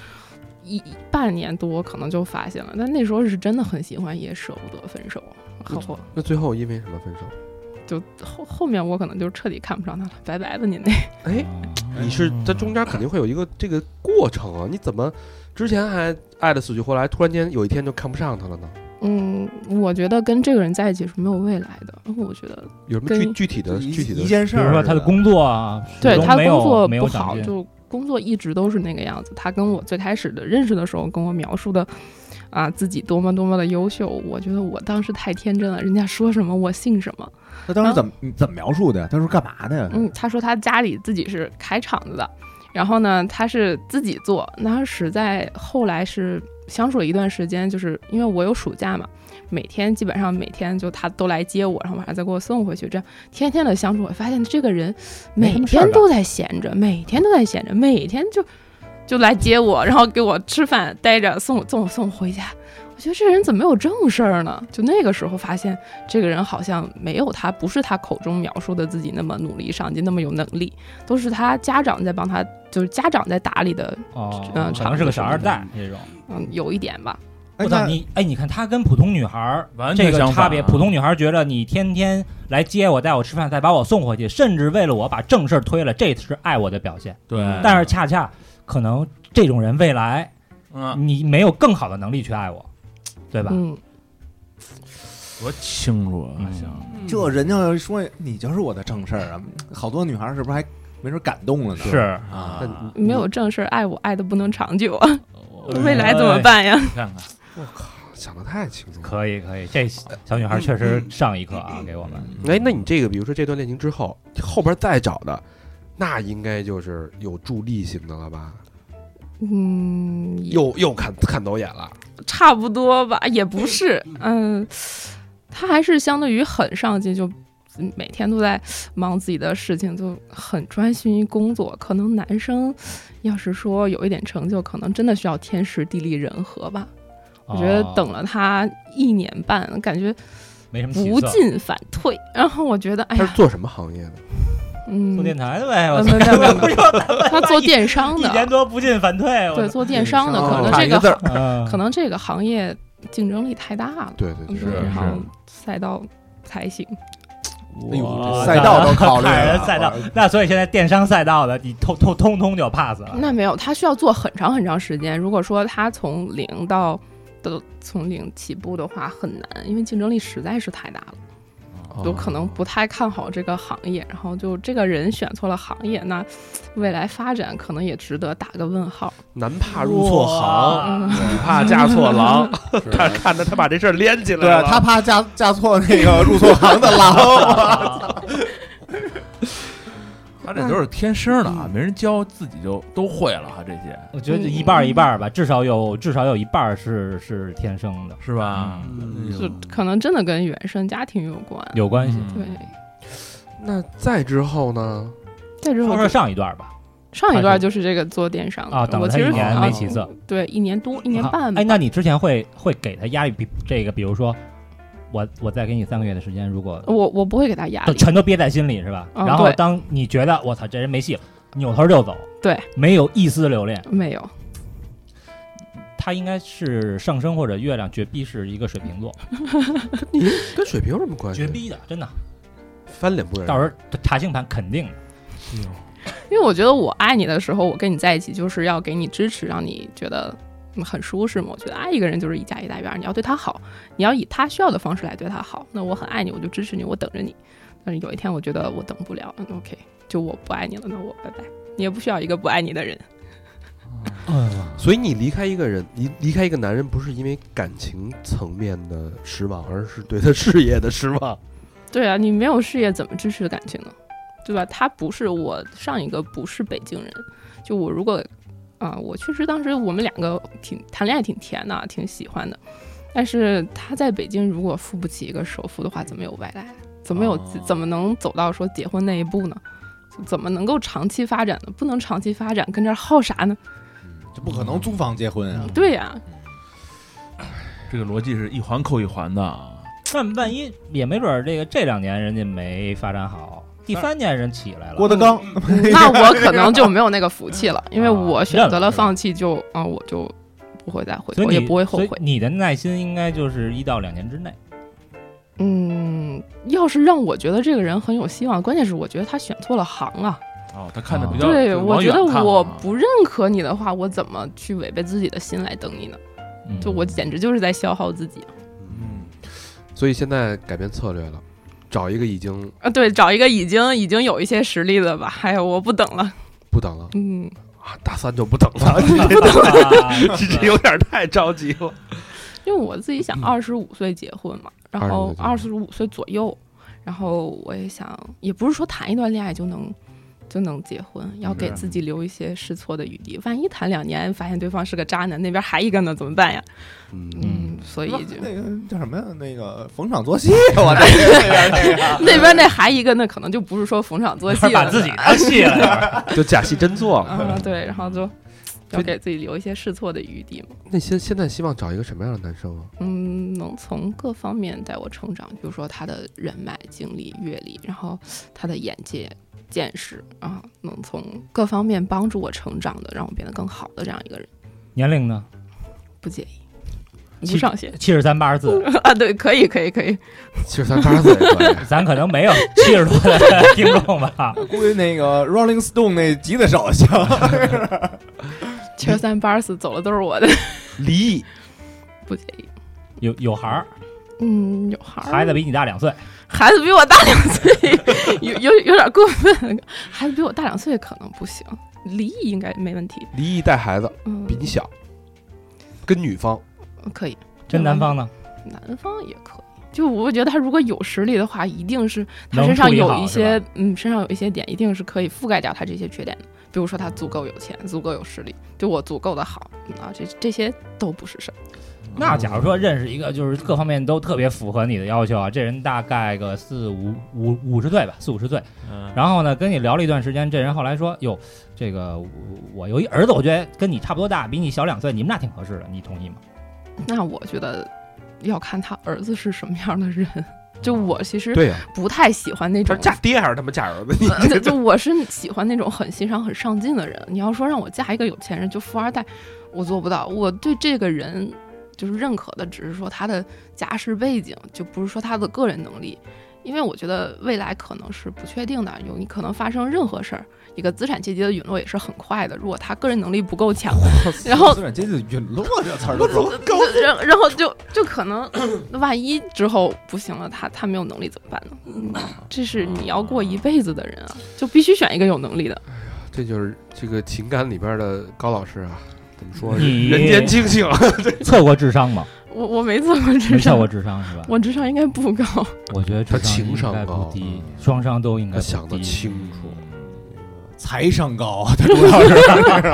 一半年多可能就发现了。但那时候是真的很喜欢，也舍不得分手。后
那最后因为什么分手？
就后后面我可能就彻底看不上他了，拜拜吧您那。
哎，你是在中间肯定会有一个这个过程啊，你怎么之前还爱的死去活来，突然间有一天就看不上他了呢？
嗯，我觉得跟这个人在一起是没有未来的。我觉得
有什么具
跟
具体的
一
具体
一
的？
件
比
事儿似，
如说他的工作啊，
对
始终
他
没
工
有
作
没有
不
长
好，
进，
就工作一直都是那个样子。他跟我最开始的认识的时候，跟我描述的啊自己多么多么的优秀，我觉得我当时太天真了，人家说什么我信什么。
他当时怎么怎么描述的呀？他说干嘛的呀？
嗯，他说他家里自己是开厂子的，然后呢，他是自己做。那实在后来是相处了一段时间，就是因为我有暑假嘛，每天基本上每天就他都来接我，然后晚上再给我送回去，这样天天的相处，我发现这个人
没
每
什么事儿干
天都在闲着，每天都在闲着，每天就就来接我，然后给我吃饭，待着送我送我送我回家。我觉得这人怎么没有正事儿呢？就那个时候发现，这个人好像没有他，不是他口中描述的自己那么努力上进，那么有能力，都是他家长在帮他，就是家长在打理的，
哦，
嗯
可能是个小二代这种。
嗯，有一点吧。
哎
不，
那
那你哎，你看他跟普通女孩儿
完
这
全
个
相反啊
差别，普通女孩儿觉得你天天来接我、带我吃饭，再把我送回去，甚至为了我把正事儿推了，这是爱我的表现。
对，
但是恰恰可能这种人未来
嗯，
你没有更好的能力去爱我，对吧？
嗯，
多清楚啊，
嗯
想
这人家说你就是我的正事儿啊，好多女孩儿是不是还没准感动了呢？
是，
啊，
但
没有正事儿，爱我爱的不能长久啊，未来怎么
哎？
办呀？
你看看，
想的太轻松了。
可以可以，这小女孩确实上一课啊，给我们。
嗯
嗯
哎，那你这个，比如说这段恋情之后，后边再找的，那应该就是有助力型的了吧？
嗯，
又又看看走眼了，
差不多吧，也不是，嗯，他还是相对于很上进，就每天都在忙自己的事情，就很专心于工作。可能男生要是说有一点成就，可能真的需要天时地利人和吧。我觉得
哦
等了他一年半，感觉
没什么起
不
色，
进反退。然后我觉得，哎
他
呀
是，做什么行业的？
嗯
做，电台的呗，我
呃
操
没有没有
不
没
是
有，他做电商
一
的，
年多不进反退，我
对，
操
做电商的，可能
哦差
这
一个字
个
儿。
嗯
可能这个行业竞争力太大了，
对对对，
是
然后赛道不太行。
哎呦
哇
这赛道都考虑
看人
了，啊
赛道，嗯那所以现在电商赛道的，你通通通通就 pass 了。
那没有，他需要做很长很长时间。如果说他从零到都从零起步的话，很难，因为竞争力实在是太大了。
哦
哦
有可能不太看好这个行业，然后就这个人选错了行业，那未来发展可能也值得打个问号。
男怕入错行，
哇
女怕嫁错 郎。他看着他把这事儿连起来
对
啊
啊
了，
他怕嫁嫁错那个入错行的 狼，
他这都是天生的啊，没人教，自己就都会了啊哈，这些
我觉
嗯
得一半儿一半儿吧，至少有至少有一半儿是是天生的，啊
是吧？
嗯
哎呦
就可能真的跟原生家庭有关。
有关系。
嗯
对，
那再之后呢？
再之后
说说上一段吧，
上一段就是这个做电商的
啊，等
我
了他
其
一
实
年
啊
没起色，
对一年多一年半吧。
哎，那你之前会会给他压力？比这个，比如说，我我再给你三个月的时间，如果
我我不会给他压
都
力，
全都憋在心里是吧？
嗯
然后
对
当你觉得我操这人没戏了，扭头就走，
对，
没有一丝留恋。
没有。
他应该是上升或者月亮，绝逼是一个水瓶座，
你跟水平有什么关系？
绝逼的，真的。
翻脸不认人。
到时候查星盘肯定的。
因为我觉得我爱你的时候，我跟你在一起就是要给你支持，让你觉得嗯很舒适嘛。我觉得爱一个人就是一家一大院，你要对他好，你要以他需要的方式来对他好。那我很爱你，我就支持你，我等着你。但是有一天我觉得我等不了，嗯，OK，就我不爱你了，那我拜拜。你也不需要一个不爱你的人，嗯
所以你离开一个人，离离开一个男人，不是因为感情层面的失望，而是对他事业的失望。
对啊，你没有事业怎么支持感情呢？对吧？他不是我上一个不是北京人，就我如果啊、我确实当时我们两个挺谈恋爱挺甜的，挺喜欢的，但是他在北京如果付不起一个首付的话，怎么有未来？怎么有、
哦
怎么能走到说结婚那一步呢？怎么能够长期发展呢？不能长期发展，跟这儿耗啥呢？
嗯这不可
嗯
能租房结婚
嗯
啊！
对呀、
这个逻辑是一环扣一环的啊。
万万一也没准儿这个这两年人家没发展好，第三年人起来了，
郭德纲，
那我可能就没有那个福 气了，
啊
因为我选
认
择
了
了
是吧
放弃就，啊，我就不会再回
所
头，
以
我
你
也不会后
所以
悔。
你的耐心应该就是一到两年之内。
嗯，要是让我觉得这个人很有希望，关键是我觉得他选错了行啊。
哦，他看的比较
对，
往
我觉
远
得
看啊
我不认可你的话，我怎么去违背自己的心来等你呢？
嗯
就我简直就是在消耗自己
嗯，所以现在改变策略了，找一个已经
啊！对，找一个已经已经有一些实力的吧。哎呀，我不等了。
不等了
嗯，
啊，大三就不等了，
啊
这这有点太着急了。
因为我自己想二十五岁结婚嘛，然后二
25
十五岁左右，然后我也想，也不是说谈一段恋爱就能就能结婚，要给
是
自己留一些试错的余地。万一谈两年发现对方是个渣男，那边还一个呢，怎么办呀？
嗯，
嗯，所以就
那个叫什么呀？那个逢场作戏，啊我在那边那个。
那边那还一个呢，可能就不是说逢场作戏了，
把自己当戏 了，
就假戏真做。
嗯，对，然后就
所
要
以
给自己留一些试错的余地嘛。
那现现在希望找一个什么样的男生 啊？
嗯，能从各方面带我成长，比如说他的人脉、经历、阅历，然后他的眼界、见识啊，能从各方面帮助我成长的，让我变得更好的这样一个人，
年龄呢？
不介意。
其
无上限
七十三八十四，
啊，对，可以，可以，可以。
七十三八岁可以
咱可能没 有七十多的听众啊吧？
估计那个 Rolling Stone 那吉他手行，
七十三、八十四，走了都是我的，
离异
不介意。
有有孩儿，
嗯，有孩儿，
孩子比你大两岁，
孩子比我大两岁， 有有有点过分。孩子比我大两岁可能不行，离异应该没问题。
离异带孩子，
嗯，
比你小，跟女方
可以。
真男方呢？
南方也可以。就我觉得他如果有实力的话，一定是他
能
身上
处理
有
好
一
是
些，嗯，身上有一些点，一定是可以覆盖掉他这些缺点的。比如说他足够有钱，足够有实力，对我足够的好啊，这这些都不是事儿。
那假如说认识一个就是各方面都特别符合你的要求啊，这人大概个四五五五十岁吧，四五十岁，
嗯，
然后呢跟你聊了一段时间，这人后来说哟，这个我我有一儿子，我觉得跟你差不多大，比你小两岁，你们俩挺合适的，你同意吗？
那我觉得要看他儿子是什么样的人。
哦
就我其实
对呀，
不太喜欢那
他
种
是嫁爹还是他妈嫁 儿子？你
呃就就我是喜欢那种很欣赏、很上进的人。你要说让我嫁一个有钱人，就富二代，我做不到。我对这个人就是认可的，只是说他的家世背景，就不是说他的个人能力。因为我觉得未来可能是不确定的，有你可能发生任何事儿。一个资产阶级的陨落也是很快的，如果他个人能力不够 强，然后
资产阶级陨落这词儿都不好
然然后就就可能，万一之后不行了，他他没有能力怎么办呢？嗯这是你要过一辈子的人啊，就必须选一个有能力的。
这就是这个情感里边的高老师啊，怎么说？
你
人间清 醒，
测过智商吗？
我我没测过智
没测
商，
过智商是吧？
我智商应该不高。
我觉得智
他情商
商应该不
高啊
低，
嗯
双商都应该
他
不
想得
低
清楚，
财商高，啊他主要是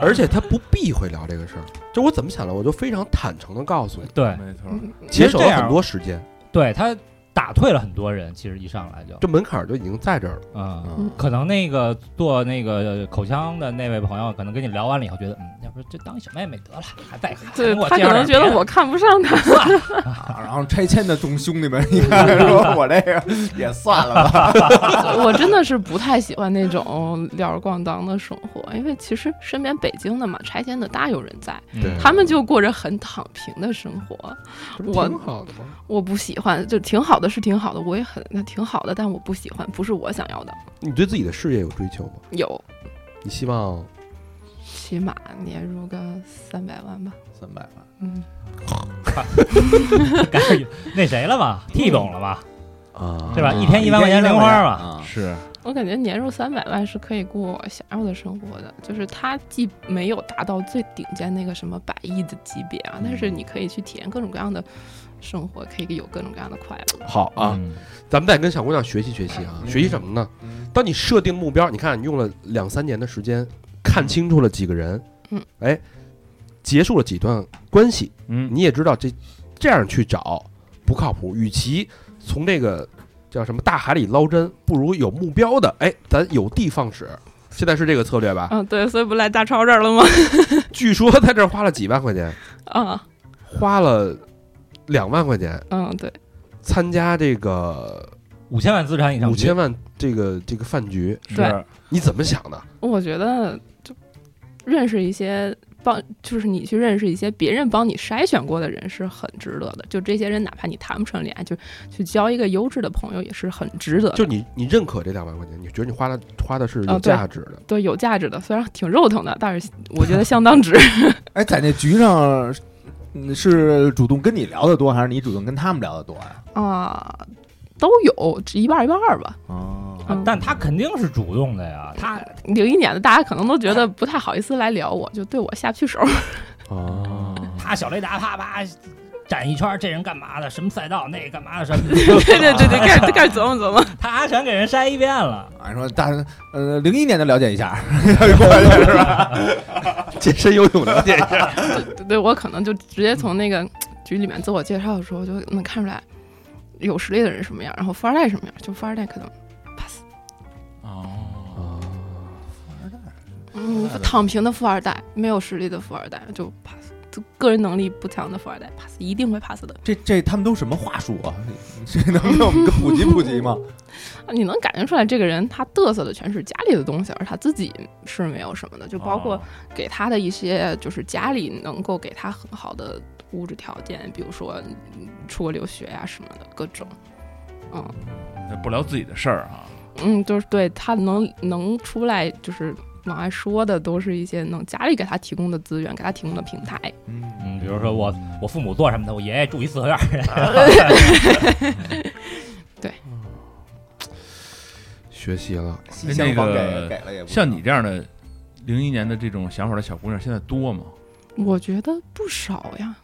而且他不避讳聊这个事儿。就我怎么想的，我就非常坦诚的告诉你，
对
没错，
嗯
节省了很多时间，
对，他打退了很多人，其实一上来就
这门槛儿就已经在这儿了。
嗯。
嗯
可能那个做那个口腔的那位朋友，可能跟你聊完了以后，觉得嗯，要不就当小妹妹得了，还在
对
我
他
介绍
可能
点
觉
别
得
的
我看不上他，
啊然后拆迁的众兄弟们，你看说我这个也算了吧，
我真的是不太喜欢那种吊儿咣当的生活，因为其实身边北京的嘛，拆迁的大有人在，
嗯对
他们就过着很躺平的生活。
这不
我
挺好的吗？
我不喜欢，就挺好的是挺好的，我也很那挺好的，但我不喜欢，不是我想要的。
你对自己的事业有追求吗？
有，
你希望
起码年入个三百万吧。
三百万。
嗯，
该是那谁了吧，T 总了吧，
啊
对吧？
嗯
一天一万块钱零花嘛，
嗯
啊，
是
我感觉年入三百万是可以过我想要的生活的，就是它既没有达到最顶尖那个什么百亿的级别啊，但是你可以去体验各种各样的生活，可以有各种各样的快乐。
好啊，
嗯
咱们再跟小姑娘学习学习啊，学习什么呢？当你设定目标，你看你用了两三年的时间，看清楚了几个人，
嗯，
哎，结束了几段关系，
嗯，
你也知道这这样去找不靠谱，与其从这个叫什么大海里捞针，不如有目标的，哎，咱有的放矢。现在是这个策 略吧？
嗯，对，所以不来大超这儿了吗？
据说在这儿花了几万块钱，
啊，
花了两万块钱
嗯，对，
参加这个
五千万资产以上，
五千万这个这个饭局，
对
是，
你怎么想的？
我觉得就认识一些帮，就是你去认识一些别人帮你筛选过的人是很值得的。就这些人，哪怕你谈不成恋爱，就去交一个优质的朋友也是很值得的。
就你你认可这两万块钱，你觉得你花的花的是有
啊呃对
价值的，
对，有价值的，虽然挺肉疼的，但是我觉得相当值。
哎，在那局上，嗯是主动跟你聊的多，还是你主动跟他们聊的多呀？
啊，都有，一半儿一半儿吧。
哦
嗯
但他肯定是主动的
嗯
呀，他
零一年的大家可能都觉得不太好意思来聊我，就对我下不去手。
哦，
他小雷达啪啪展一圈儿，这人干嘛的？什么赛道？那干嘛的？ 什么？
对对 对对，开始开始琢磨琢磨，
他全给人筛一遍了。
啊，说大呃零一年的了解一下，
健身游泳了解一下。
对对，我可能就直接从那个局里面自我介绍的时候就能看出来有实力的人什么样，然后富二代什么样，就富二代可能
哦，
嗯
富二代
躺平的富二代，没有实力的富二代就 pass，就个人能力不强的富二代 pass 一定会 pass 的。
这这他们都什么话术啊？ 这能给我们更普及普及吗？
啊你能感觉出来，这个人他嘚瑟的全是家里的东西，而他自己是没有什么的，就包括
哦
给他的一些，就是家里能够给他很好的物质条件，比如说嗯出国留学呀、什么的各种。嗯
那不聊自己的事儿啊。
嗯，就是对他能能出来，就是往外说的，都是一些能家里给他提供的资源，给他提供的平台。
嗯，比如说我我父母做什么的，我爷爷住一四合院儿，
学习了，
西厢房给
那个
给了也不
像你这样的零一年的这种想法的小姑娘，现在多吗？
我觉得不少呀，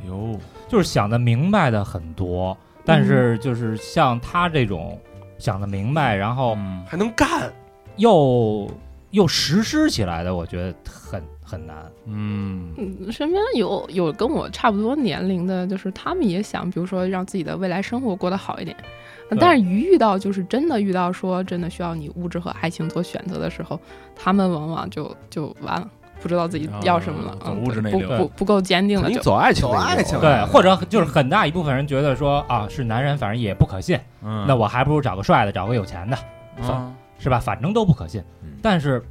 哎呦，
就是想的明白的很多，但
嗯
是就是像他这种想的明白，然后
嗯，
还能干，
又又实施起来的，我觉得很很难。
嗯，
嗯，身边有有跟我差不多年龄的，就是他们也想，比如说让自己的未来生活过得好一点，
对
但是一遇到就是真的遇到说真的需要你物质和爱情做选择的时候，他们往往就就完了，不知道自己要什么了，
啊走
嗯
物质
对
那
不
流
不不够坚定了
肯定
就。
走爱情那一
走
路，
爱情
对，或者就是很大一部分人觉得说啊，是男人，反正也不可信，
嗯
那我还不如找个帅的，找个有钱的，
啊，
是吧？反正都不可信
嗯。
但是，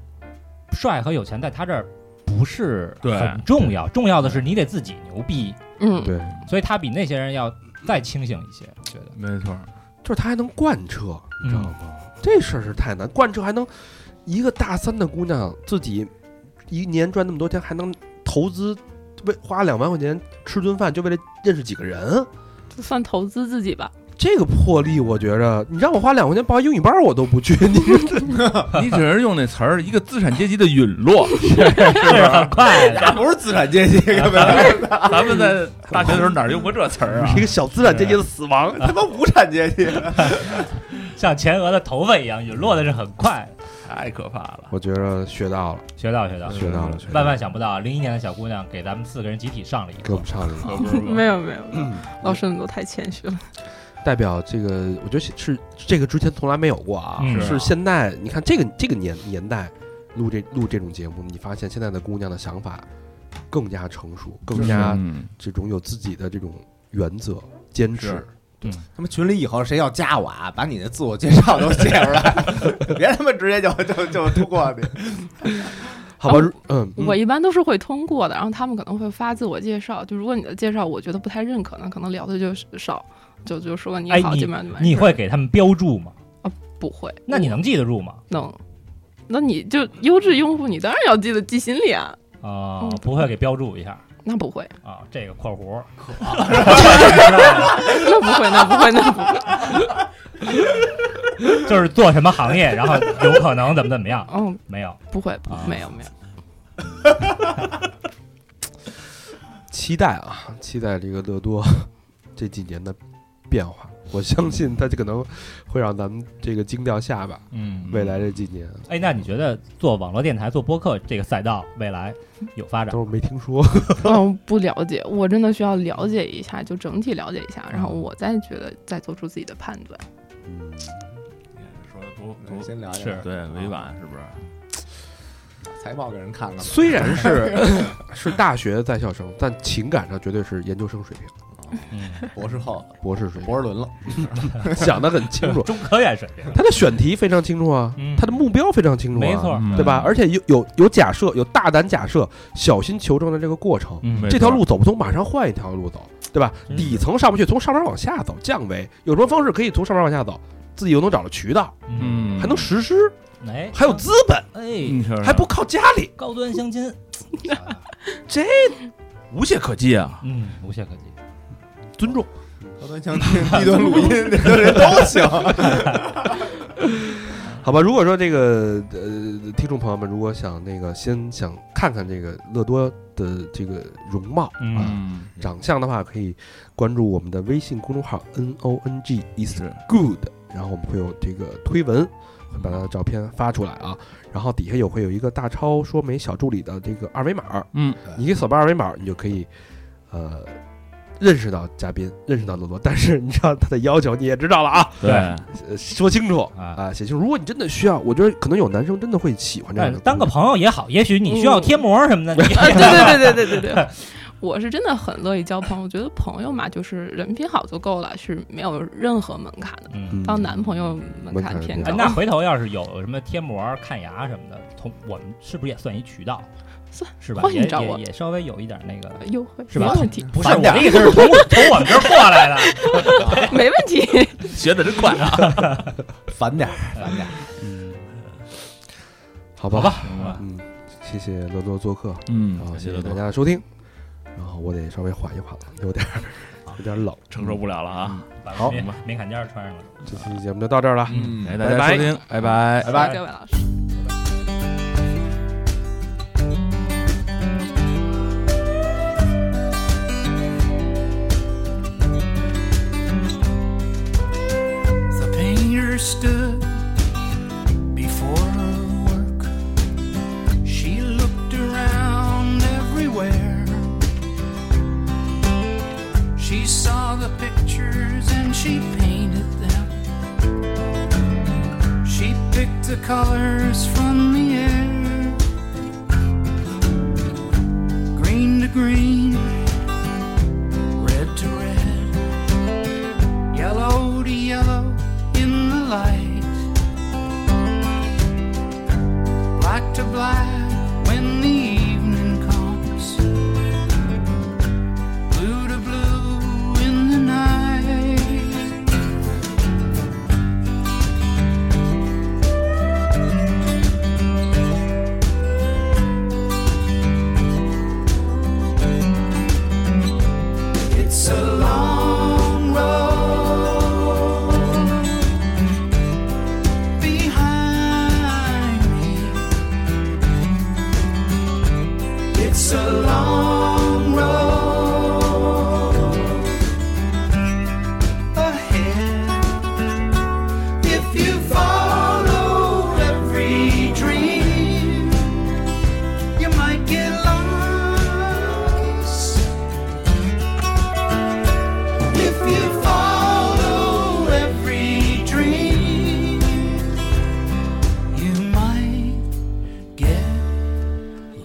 帅和有钱在他这儿不是
对
很重要，重要的是你得自己牛逼，
嗯，
对，
所以他比那些人要再清醒一些，我觉得。
没错，
就是他还能贯彻，你知道
嗯
吗？嗯这事儿是太难，贯彻还能一个大三的姑娘自己一年赚那么多钱，还能投资，为花两万块钱吃顿饭，就为了认识几个人，
就算投资自己吧。
这个魄力，我觉着你让我花两块钱报英语班儿我都不去，你
你只是用那词儿，一个资产阶级的陨 落。
是很快的。
那不是资产阶 级，根本
咱们在大学 的时候哪儿用过这词儿啊
一？个小资产阶级的死亡，
他妈无产阶级。
像前额的头发一样陨落的是很快的。
太可怕了。
我觉着学到了，
学到学到，
学到了，学到
万
了
万想不到，零一年的小姑娘给咱们四个人集体上了一
给
课
我。们唱了一个。
可不是吗
没有没有，没有老师你都太谦虚了。
代表这个，我觉得是这个之前从来没有过啊，
嗯
是现在你看这个这个年年代录这录这种节目，你发现现在的姑娘的想法更加成熟，更加
嗯
这种有自己的这种原则坚持
是。
他们群里以后谁要加我啊，把你的自我介绍都写出来， 别他妈直接就就就通过你。
好吧
啊，
嗯，嗯
我一般都是会通过的，然后他们可能会发自我介绍。就如果你的介绍我觉得不太认可，那可能聊的就少，就就说你
哎
好，
你
基本上就完
你
事儿
会给他们标注吗？
不会？
那你能记得住吗？
能，那你就优质用户，你当然要记得记心里啊。
啊、
嗯
不会给标注一下
那不会，
啊、这个括弧
那不会，那不会，那不会。
就是做什么行业，然后有可能怎么怎么样，
嗯，
没有。
不会
啊，
没有没有。
期待啊，期待这个乐多 这几年的变化。我相信他这可能会让咱们这个惊掉下巴。
嗯
未来这几年
哎，那你觉得做网络电台、做播客这个赛道未来有发展？
都是没听说，
嗯，不了解，我真的需要了解一下，就整体了解一下，然后我再觉得再做出自己的判断。
说的多多
先聊一
是
聊
对委婉是不是？
财报给人看看吧。
虽然是 是大学在校生，但情感上绝对是研究生水平。
嗯
博士后、
博士水
博士伦了，
平，想得很清楚。
中科院水平，
他的选题非常清楚啊，
嗯
他的目标非常清楚、啊，
没错，
嗯
对吧？而且有有有假设，有大胆假设，小心求证的这个过程。
嗯
没
这条
错
路走不通，马上换一条路走，对吧？
真是
底层上不去，从上面往下走，降维有什么方式可以从上面往下走？自己又能找到渠道，
嗯，
嗯
还能实施，
哎，
还有资本，
哎，
你说
还不靠家里，
高端相亲，
无懈可击啊？
嗯，无懈可击。
尊重。
高端相亲、低端录音，这都都行。
好吧，如果说这个呃，听众朋友们如果想那个先想看看这个乐多的这个容貌、啊、
嗯，
长相的话，可以关注我们的微信公众号 N O N G is good，然后我们会有这个推文，会把他的照片发出来啊，然后底下有会有一个大超说媒小助理的这个二维码，
嗯，
你一扫描二维码，你就可以呃认识到嘉宾，认识到乐多，但是你知道他的要求你也知道了啊，
对，
呃说清楚。
啊。
啊，写清楚。如果你真的需要，我觉得可能有男生真的会喜欢这样
但
的。
哎当个朋友也好，也许你需要贴膜什么的，你
啊，对对对对对对对，我是真的很乐意交朋友，我觉得朋友嘛，就是人品好就够了，是没有任何门槛的。
嗯，
嗯
当男朋友门槛偏
门槛
哎
高，
那回头要是有什么贴膜、看牙什么的，同我们是不是也算一渠道？
算
是吧？
欢迎
也
找
也
我
也稍微有一点那个，
优惠
是吧
没问题，
不是
烦
我
点
的意思是从我从我们这儿过来的。
没问题。
学的真快啊，
烦点儿，烦点儿。
嗯
好吧，
好吧，
嗯，谢谢乐多做客，
嗯
然后
感
谢
谢
谢
乐
大
多，
家的收听。然后我得稍微缓一缓了，有点儿有点儿冷。
承受不了了啊，
把
好
棉棉坎肩儿穿上了。
这期节目就到这儿了。
嗯
感谢哎大家收听，拜拜。
拜拜。
各位老师。
The painter stood before her work. She looked around everywhere. She saw the pictures and she painted them. She picked the colors from the air green to green, red to red yellow to yellow in the light, black to black when the evening comes, blue to blue in the night. It's a long road behind me. It's a long road ahead. If you follow every dream, you might get lost. If you follow every dream, you might get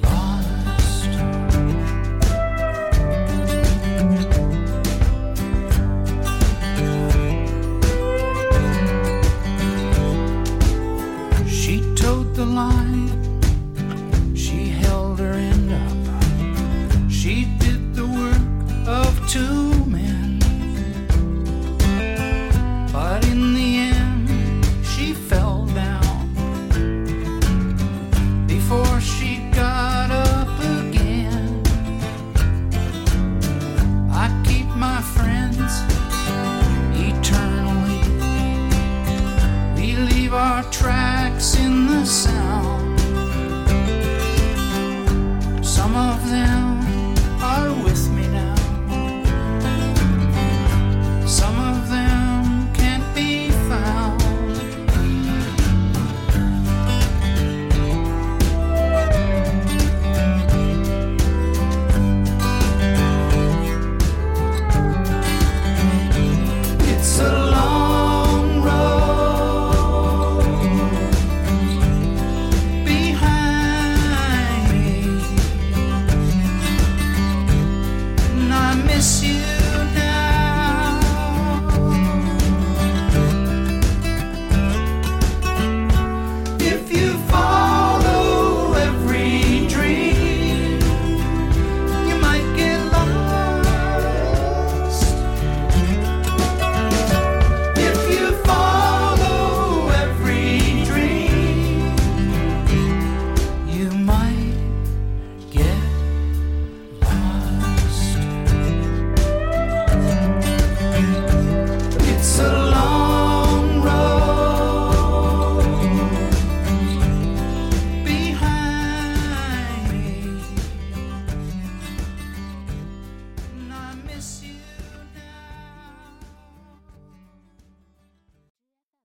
lost. She towed the line, she held her end up. She did the work of two men. But in the end, she fell down before she got up again. I keep my friends eternally. We leave our tracks in the sound.